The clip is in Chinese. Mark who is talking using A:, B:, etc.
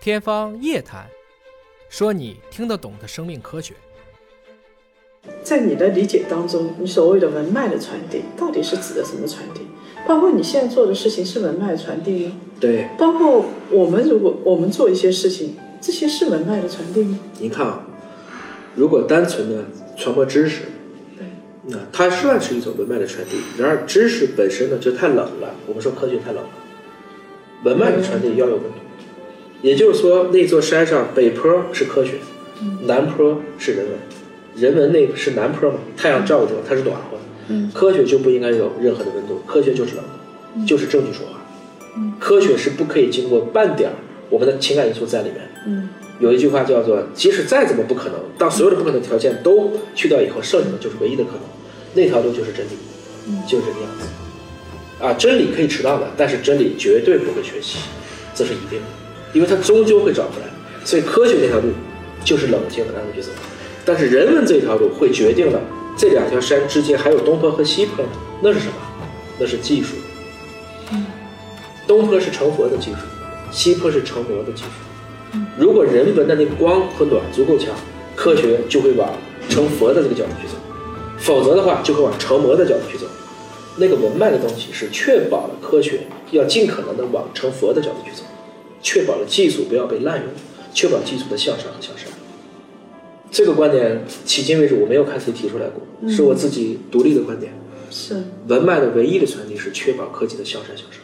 A: 天方夜谭，说你听得懂的生命科学。
B: 在你的理解当中，你所谓的文脉的传递，到底是指的什么传递？包括你现在做的事情是文脉传递吗？
C: 对，
B: 包括我们如果我们做一些事情，这些是文脉的传递吗？
C: 您看啊，如果单纯的传播知识，
B: 对，
C: 那它算是一种文脉的传递。然而，知识本身呢就太冷了，我们说科学太冷了，文脉的传递要有温度。也就是说，那座山上北坡是科学，
B: 嗯
C: 南坡是人文，人文那是南坡嘛，太阳照着它是暖和，
B: 嗯
C: 科学就不应该有任何的温度，科学就是冷的，就是证据说话。
B: 嗯
C: 科学是不可以经过半点儿我们的情感因素在里面的。
B: 嗯
C: 有一句话叫做“即使再怎么不可能，当所有的不可能条件都去掉以后，剩下的就是唯一的可能”，那条路就是真理，就是这个样子。啊，真理可以迟到的，但是真理绝对不会缺席，这是一定的，因为它终究会找回来。所以科学那条路就是冷静的让你去走，但是人文这条路会决定了这两条山之间还有东坡和西坡呢，那是什么？那是技术。东坡是成佛的技术，西坡是成魔的技术。如果人文的那个光和暖足够强，科学就会往成佛的这个角度去走；否则的话，就会往成魔的角度去走。那个文脉的东西是确保了科学要尽可能的往成佛的角度去走，确保了技术不要被滥用，确保技术的向上和向善。这个观点迄今为止我没有看谁提出来过，是我自己独立的观点。
B: 是啊
C: 文脉的唯一的传递是确保科技的向善向上。